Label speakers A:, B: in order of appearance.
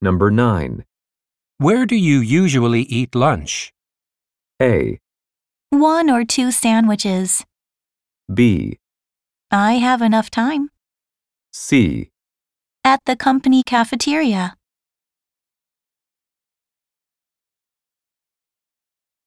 A: Number 9.
B: Where do you usually eat lunch?
A: A.
C: One or two sandwiches.
A: B.
C: I have enough time.
A: C.
C: At the company cafeteria.